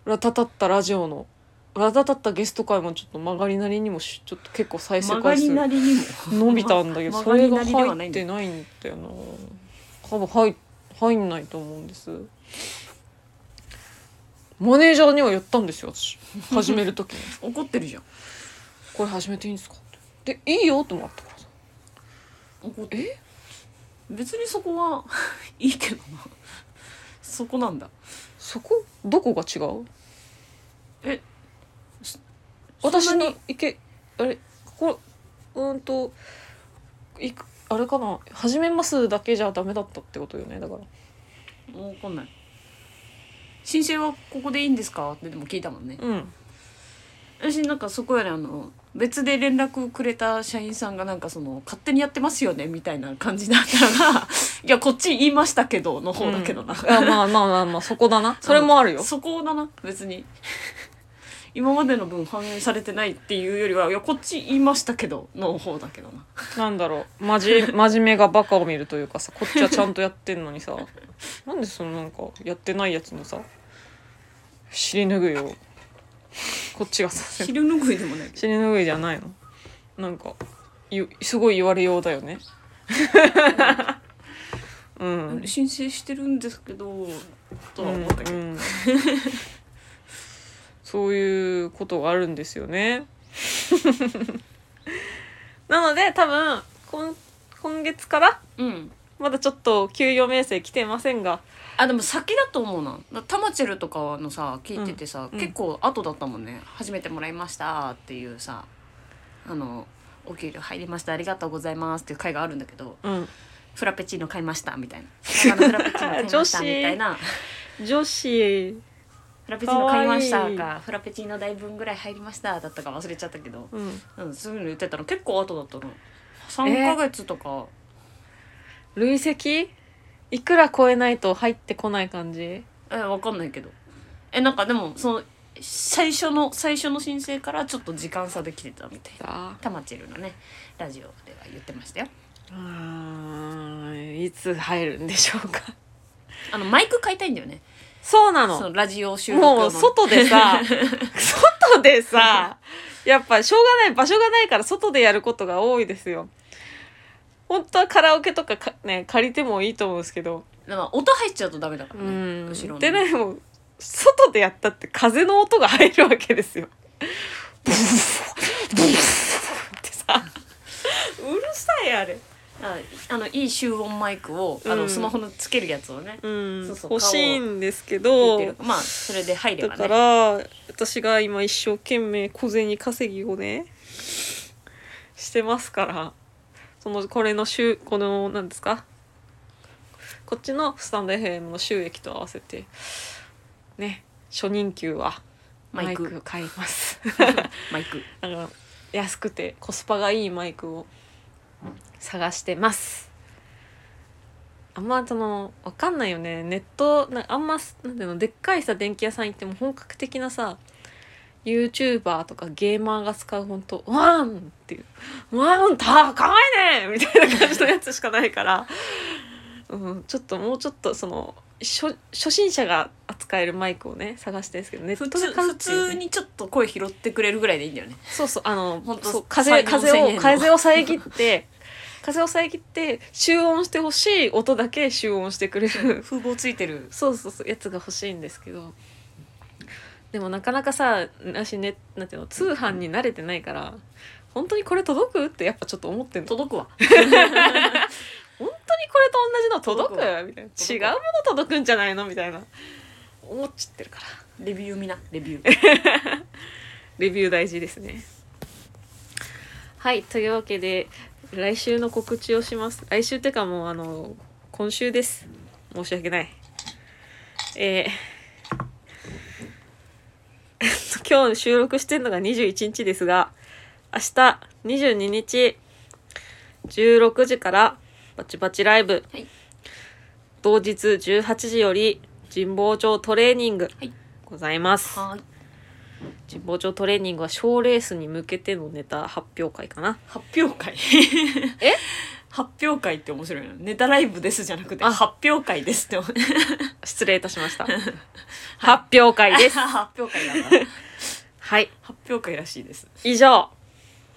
ラタタッタラジオのラタタッタゲスト回もちょっと曲がりなりにもしちょっと結構あ再生曲が回り数なりに も伸びたんだけどまそれが曲がりなりではな入いっんてないだんだよな多分入入んないと思うんですマネージャーには言ったんですよ私始める時 に怒ってるじゃんこれ始めていいんですかってでいいよってもらったからさ怒ってえ別にそこは いいけどなそこなんだそこどこが違うえ私そんなのにいけあれこれうーんといくあれかな「始めます」だけじゃダメだったってことよねだからもう怒んない申請はここでいいんですかってでも聞いたもんねうん私なんかそこよりあの別で連絡くれた社員さんがなんかその勝手にやってますよねみたいな感じだったら いやこっち言いましたけどの方だけどな、うんあまあまあまあまあそこだなそれもあるよそこだな別に今までの分反映されてないっていうよりはいやこっち言いましたけどの方だけどななんだろうまじ真面目がバカを見るというかさこっちはちゃんとやってんのにさ なんでそのなんかやってないやつのさ尻拭いをこっちがさ 昼拭いでもないけど尻拭いじゃないのなんかゆすごい言われようだよねうん申請してるんですけどとは思ったけど、うんうんそういうことがあるんですよね なので多分今今月からうん、まだちょっと給与明細来てませんがあでも先だと思うなだタマチェルとかのさ聞いててさ、うん結構後だったもんね「初めてもらいました」っていうさあの「お給料入りましたありがとうございます」っていう回があるんだけどうん「フラペチーノ買いました」みたいな「サバのフラペチーノ買いました」みたいな「女子フラペチーノ買いました」かわいいか「フラペチーノ代分ぐらい入りました」だったか忘れちゃったけど、うんうん、そういうの言ってたの結構後だったの3ヶ月とか、累積いくら超えないと入ってこない感じえわかんないけどえなんかでもその最初の最初の申請からちょっと時間差で来てたみたいなだタマチェルのねラジオでは言ってましたようんいつ入るんでしょうかあのマイク買いたいんだよねそうなのそのラジオ収録用のもう外で さ外でさやっぱしょうがない場所がないから外でやることが多いですよ本当はカラオケとかかね借りてもいいと思うんですけどでも音入っちゃうとダメだからね、後ろんにでねもう外でやったって風の音が入るわけですよブフブフってさうるさいあれああのいい集音マイクをあの、うんスマホのつけるやつをねうんそうそう欲しいんですけ言っどてるまあそれで入れだばかねら私が今一生懸命小銭稼ぎをねしてますからそのこれの収この何ですかこっちのスタンド FM の収益と合わせてね初任給はママイイクク買います マイクだから安くてコスパがいいマイクを探してますあんまそのわかんないよねネットなあんまなんていうのでっかいさ電気屋さん行っても本格的なさ YouTuber とかゲーマーが使う本当ワンっていうワン高いねみたいな感じのやつしかないから、うん、ちょっともうちょっとその初初心者が扱えるマイクをね探してるんですけどネ普ットで通買うっ普ていうね通にちょっと声拾ってくれるぐらいでいいんだよねそうそう、あの、ほんとそう風、 3-4風千円を、の風を遮って、風を遮って、集音してほしい音だけ集音してくれる、風貌ついてるそうそうそう、やつが欲しいんですけど。でもなかなかさ、私ね、なんていうの、通販に慣れてないから、本当にこれ届くってやっぱちょっと思ってんの。届くわ本当にこれと同じの届く届くみたい届くな。違うもの届くんじゃないのみたいな。思っちゃってるから。レビュー見なレビューレビュー大事ですね。はい、というわけで、来週の告知をします。来週ってかもう、あの、今週です。申し訳ない。えー 今日収録してるのが21日ですが、明日22日、16時から、バチバチライブ。はい同日18時より、神保町トレーニングはい、ございます。はーい神保町トレーニングは賞レースに向けてのネタ発表会かな発表会 え発表会って面白いなネタライブですじゃなくてあ発表会ですって思う失礼いたしました発表会 です発表会なんだはい発表会らしいです以上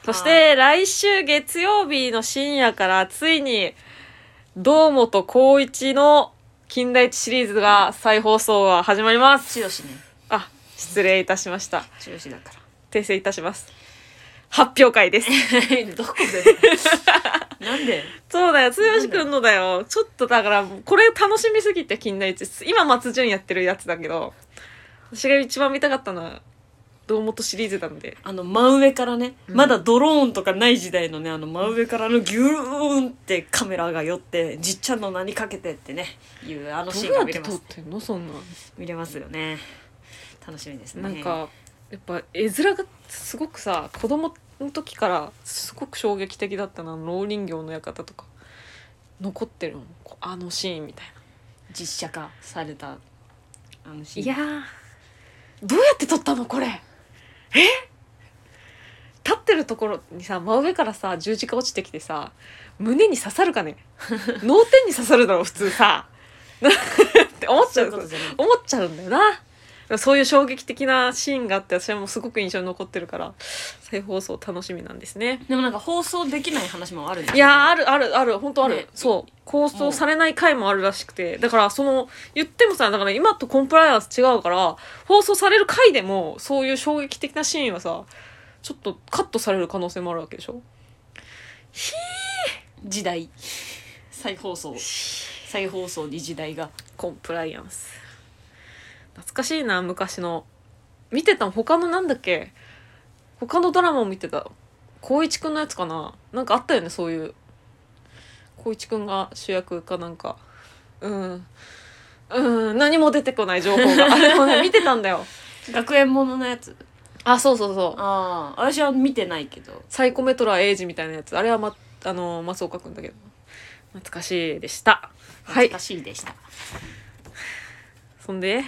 そして来週月曜日の深夜からついに堂本光一の金田一シリーズが再放送が始まります剛ねあ失礼いたしました剛だから訂正いたします発表会ですどこでなんでそうだよ剛くんのだよちょっとだからこれ楽しみすぎて金田一今松潤やってるやつだけど私が一番見たかったのは堂本シリーズなんであの真上からね、うんまだドローンとかない時代のねあの真上からのギューンってカメラが寄ってじっちゃんの名にかけてってねいうあのシーンが見れますてんのそんな見れますよね楽しみですねなんかやっぱ絵面がすごくさ子供の時からすごく衝撃的だったな老人形の館とか残ってるのこあのシーンみたい実写化されたあのシなーンいやーどうやって撮ったのこれえ立ってるところにさ真上からさ十字架落ちてきてさ胸に刺さるか ね脳天に刺さるだろ普通さって思っちそゃういううことじゃない思っちゃうんだよならそういう衝撃的なシーンがあって私はもうすごく印象に残ってるから再放送楽しみなんですね。でもなんか放送できない話もあるんですいやーあるあるある本当ある、ねそう構想されない回もあるらしくてだからその言ってもさだから今とコンプライアンス違うから放送される回でもそういう衝撃的なシーンはさちょっとカットされる可能性もあるわけでしょ時代再放送再放送に時代がコンプライアンス懐かしいな昔の見てたの他のなんだっけ他のドラマを見てた光一くんのやつかななんかあったよねそういう光一くんが主役かなんかうんうん何も出てこない情報 があれもね見てたんだよ学園もののやつあそうそうそうああ私は見てないけどサイコメトラエイジみたいなやつあれは、ま、あの松岡くんだけど懐かしいでしたはい懐かしいでした、そんで、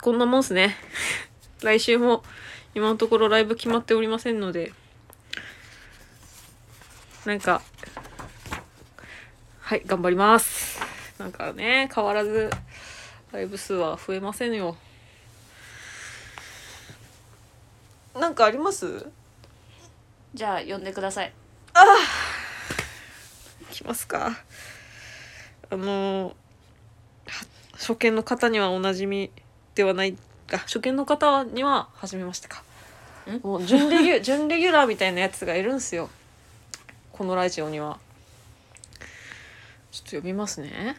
こんなもんっすね。 来週も今のところライブ決まっておりませんので、なんか、はい、頑張ります。なんかね、変わらず、ライブ数は増えませんよ。なんかありますじゃあ呼んでくださいきますかあのは初見の方にはおなじみではないが初見の方には初めましてかんもう準レギュ 準レギュラーみたいなやつがいるんすよこのラジオにはちょっと呼びますね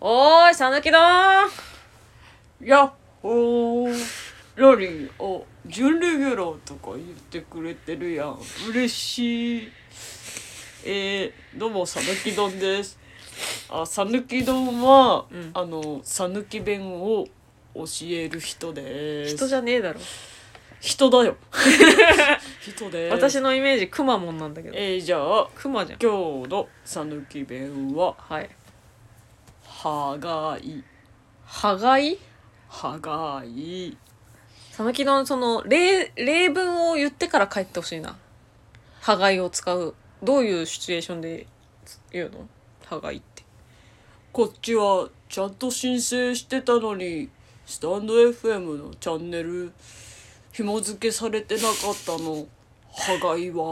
おーいさぬきどーんやっほーラリーあ準レギュラーとか言ってくれてるやん嬉しいえー、どうもさぬき丼ですあさぬき丼は、うんあのさぬき弁を教える人です人じゃねえだろ人だ よ人です私のイメージくまモンなんだけどえー、じゃあくまじゃん今日のさぬき弁ははいはがいはがいはがいさぬきのその例例文を言ってから帰ってほしいなはがいを使うどういうシチュエーションで言うのはがいってこっちはちゃんと申請してたのにスタンド FM のチャンネル紐付けされてなかったのはがいは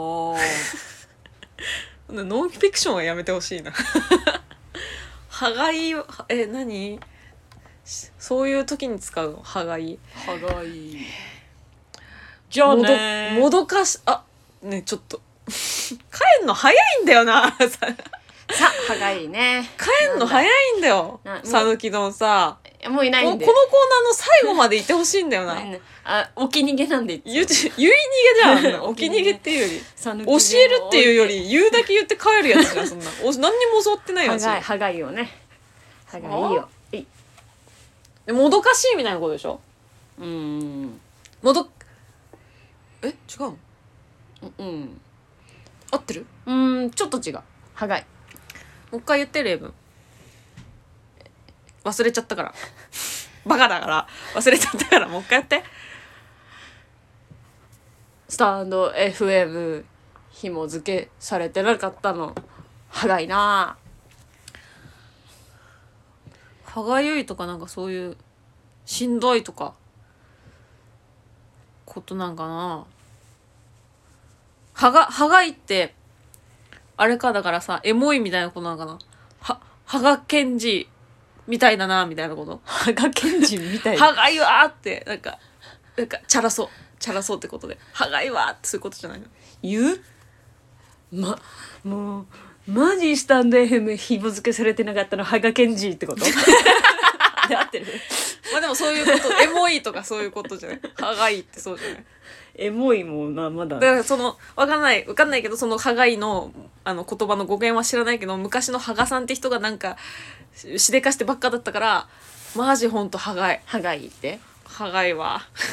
ノンフィクションはやめてほしいな はがいはえ何しそういう時に使うのはがいはがいじゃもあどねもどかしあねちょっと 帰んの早いんだよな ささはがいね帰んの早いんだよなんださぬきのさもういなもうこのコーナーの最後までいてほしいんだよなあお気に入りなんでゆち言い逃げじ ゃんあんなおお気気に入に入りりっていうより教えるっていうより言うだけ言って帰るやつじゃん そんなお何にも教わってないよは私がいはがいをねはがいよえいでもどかしいみたいなことでしょうーんもどえ違うのうん合ってるうんちょっと違うはがいもう一回言って例文忘れちゃったからバカだから忘れちゃったからもう一回やってスタンド FM 紐付けされてなかったのはがいな歯がゆいとかなんかそういうしんどいとかことなんかな歯が歯がいってあれかだからさエモいみたいなことなんかなは歯がけんじみたいだなみたいなことはがけんじんみた歯がゆわーってなんかなんかチャラそうチャラそうってことで歯がゆわーってそういうことじゃないの言うまもうマジスタンド FM 紐付けされてなかったのはがけんじってこと で合ってるまあでもそういうことエモいとかそういうことじゃない歯がいってそうじゃないエモいもんなまだ だからそのわかんないわかんないけどそのハガイのあの言葉の語源は知らないけど昔のハガさんって人がなんかししでかしてばっかだったからマジほんとハガイはがいってハガイは、そ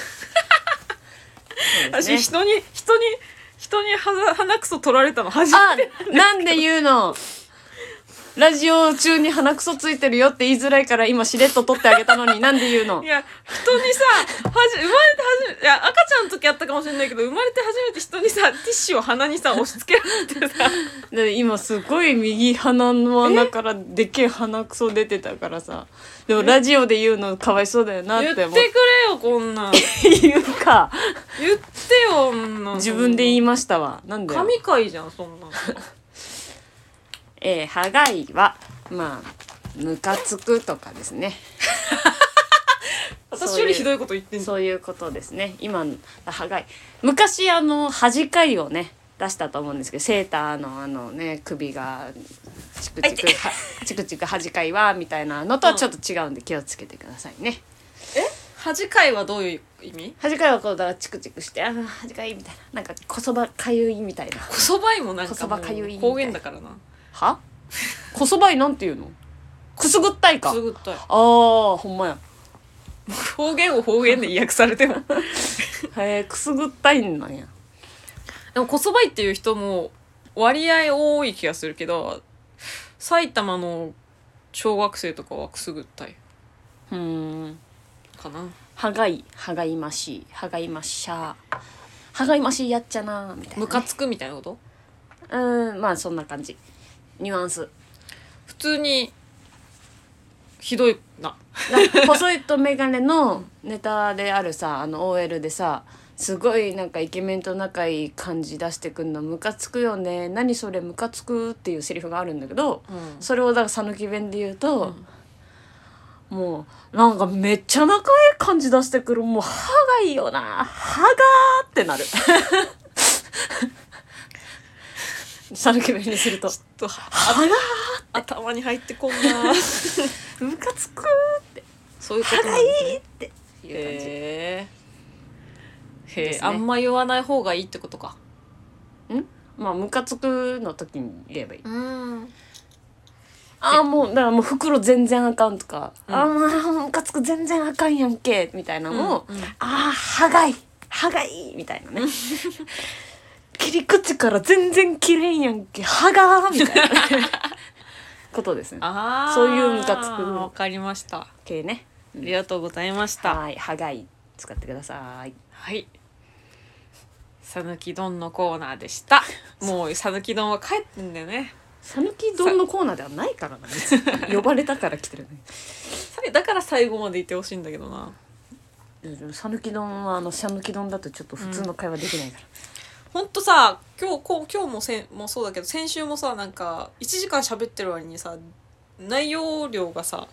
うですね私人に人に人に鼻鼻くそ取られたの初めあなんで言うのラジオ中に鼻くそついてるよって言いづらいから今しれっと取ってあげたのになんで言うのいや人にさはじ生まれて初めていや赤ちゃんの時やったかもしれないけど生まれて初めて人にさティッシュを鼻にさ押し付けられてさで今すごい右鼻の穴からでっけえ鼻くそ出てたからさでもラジオで言うのかわいそうだよなっ言ってくて思れっよこんなんて言うか言ってよそんなん自分で言いましたわなんで神回じゃんそ んなんえー、はがいはまあムカつくとかですね私よりひどいこと言ってんじゃんそういうことですね今はがい昔あの恥かいをね出したと思うんですけどセーターのあのね首がチクチクは チクチク恥かいはみたいなのとはちょっと違うんで気をつけてくださいね。恥かいはどういう意味恥かいはこうだからチクチクして「ああ恥かい」みたいななんかこそばかゆいみたいなこそばいもなんこそかばもかゆいみうたい方言だからなはこそばいなんていうのくすぐったいかくすぐったいあーほんまや方言を方言で意訳され てもへえくすぐったいんなんやでもこそばいっていう人も割合多い気がするけど埼玉の小学生とかはくすぐったいうーんかなはがいはがいましいはがいましゃーはがいましいやっちゃなーみたいな、ね、ムカつくみたいなことうーんまあそんな感じニュアンス普通にひどいななんか細いとメガネのネタであるさあの OL でさすごいなんかイケメンと仲いい感じ出してくんのムカつくよね何それムカつくっていうセリフがあるんだけどうんそれをだから讃岐弁で言うと、もうなんかめっちゃ仲いい感じ出してくるもう歯がいいよな歯がーってなる讃岐弁にするとと歯が頭に入ってこんなームカつくそういうことなんですねーっていう感じ。へえ、ですねあんま言わない方がいいってことかまあムカつくの時に言えばいい。うんああもうだからもう袋全然あかんとか、うんああもうムカつく全然あかんやんけみたいなのを、うんうんああ歯がいい歯がいいみたいなね切り口から全然切れんやんけ歯がーみたいなことですねああそういうムカつくわかりましたあ系ねりがとうございましたはい歯がいい使ってくださいはいさぬき丼のコーナーで したもうさぬき丼は帰ってんだよね讃岐丼のコーナーではないからな別に 呼ばれたから来てるねさだから最後までいてほしいんだけどなでも讃岐丼はあの讃岐丼だとちょっと普通の会話できないから、ほんとさ今日こう今日もせんもそうだけど先週もさなんか1時間喋ってる割にさ内容量がさ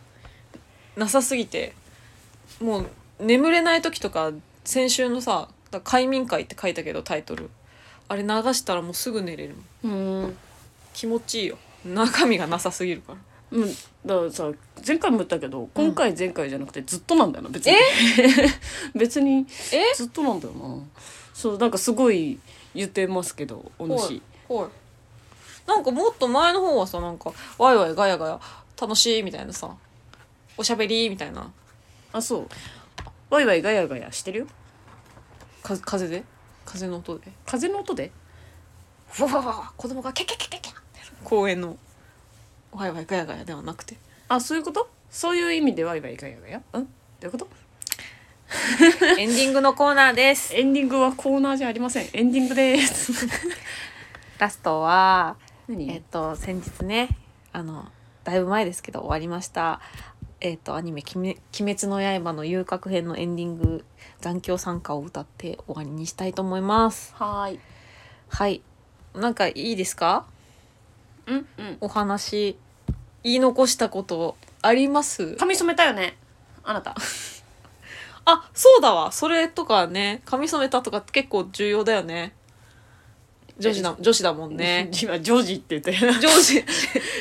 なさすぎてもう眠れない時とか先週のさ「だ快眠会」って書いたけどタイトルあれ流したらもうすぐ寝れるもんうん気持ちいいよ中身がなさすぎるからうん、だからさ前回も言ったけど今回前回じゃなくてずっとなんだよな別に 別にえずっとなんだよなそうなんかすごい言ってますけどお主はいなんかもっと前の方はさなんかワイワイガヤガヤ楽しいみたいなさおしゃべりみたいなあそうワイワイガヤガヤしてるよか風で風の音で風の音でふわふわふわ子供がキャキャキャキャキャってやる公園のワイワイガヤガヤではなくてあそういうことそういう意味でワイワイガヤガヤうんどういうことエンディングのコーナーですエンディングはコーナーじゃありませんエンディングです ラストは 何えっと先日ねあのだいぶ前ですけど終わりましたえっとアニメ「鬼滅の刃」の遊郭編のエンディング「残響参加」を歌って終わりにしたいと思いますはーいはいなんかいいですかうんうんお話言い残したことあります髪染めたよねあなたあそうだわそれとかね髪染めたとか結構重要だよね女子だ女子だもんね 今ジョージって言ったよなジョージ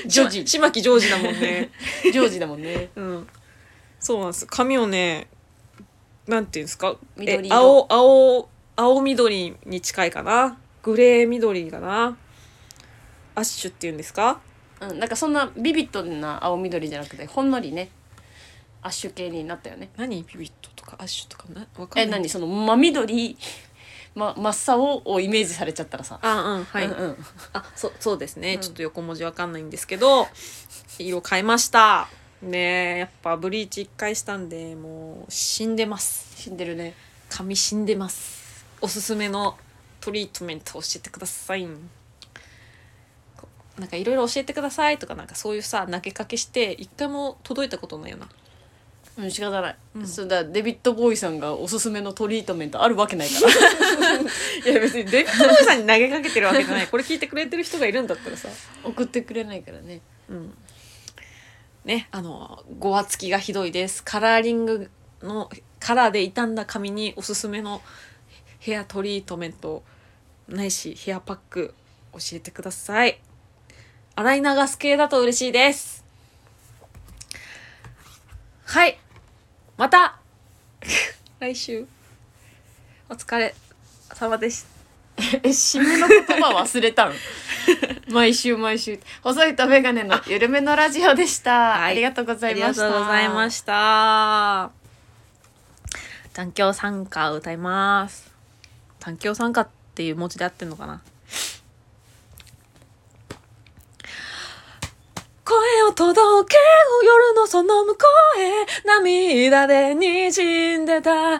ジ ョージちまきジョージだもん ねジョージだもんねうんそうなんです髪をねなんていうんですかえ緑色青青青緑に近いかなグレー緑かなアッシュっていうんですかうん、なんかそんなビビッドな青緑じゃなくてほんのりねアッシュ系になったよね何ビビットとかアッシュとかなわかえんない何その真緑、ま、真っ青をイメージされちゃったらさあうんはい、うんうんあそうそうですね、んちょっと横文字わかんないんですけど色変えましたねえやっぱブリーチ一回したんでもう死んでます死んでるね髪死んでますおすすめのトリートメント教えてくださいこなんかいろいろ教えてくださいとかなんかそういうさ投げかけして一回も届いたことないよなうん仕方ない、うんそうだデビッド・ボーイさんがおすすめのトリートメントあるわけないからいや別にデビッド・ボーイさんに投げかけてるわけじゃないこれ聞いてくれてる人がいるんだったらさ 送ってくれないからねうんねあのごわつきがひどいですカラーリングのカラーで傷んだ髪におすすめのヘアトリートメントないしヘアパック教えてください洗い流す系だと嬉しいですはいまた 来週お疲れ様でした え締めの言葉忘れたの 毎週毎週細いとメガネのゆるめのラジオでした、はいありがとうござあいりまがしたとうございました。単調参加を歌います。単調参加っていう文字で合ってんのかな声を届けよ夜のその向こうへ涙で滲んでたあ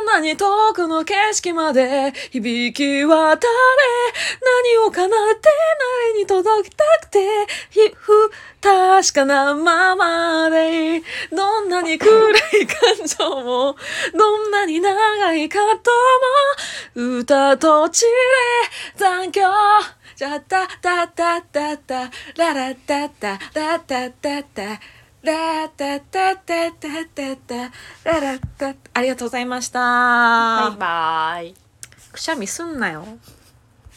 んなに遠くの景色まで響き渡れ何を奏で何に届きたくてひ不確かなままでいいどんなに暗い感情もどんなに長い葛藤も歌と散れ残響じゃったたたたたララタタラタタタラタタタタタタララタタありがとうございました、バイバイくしゃみすんなよ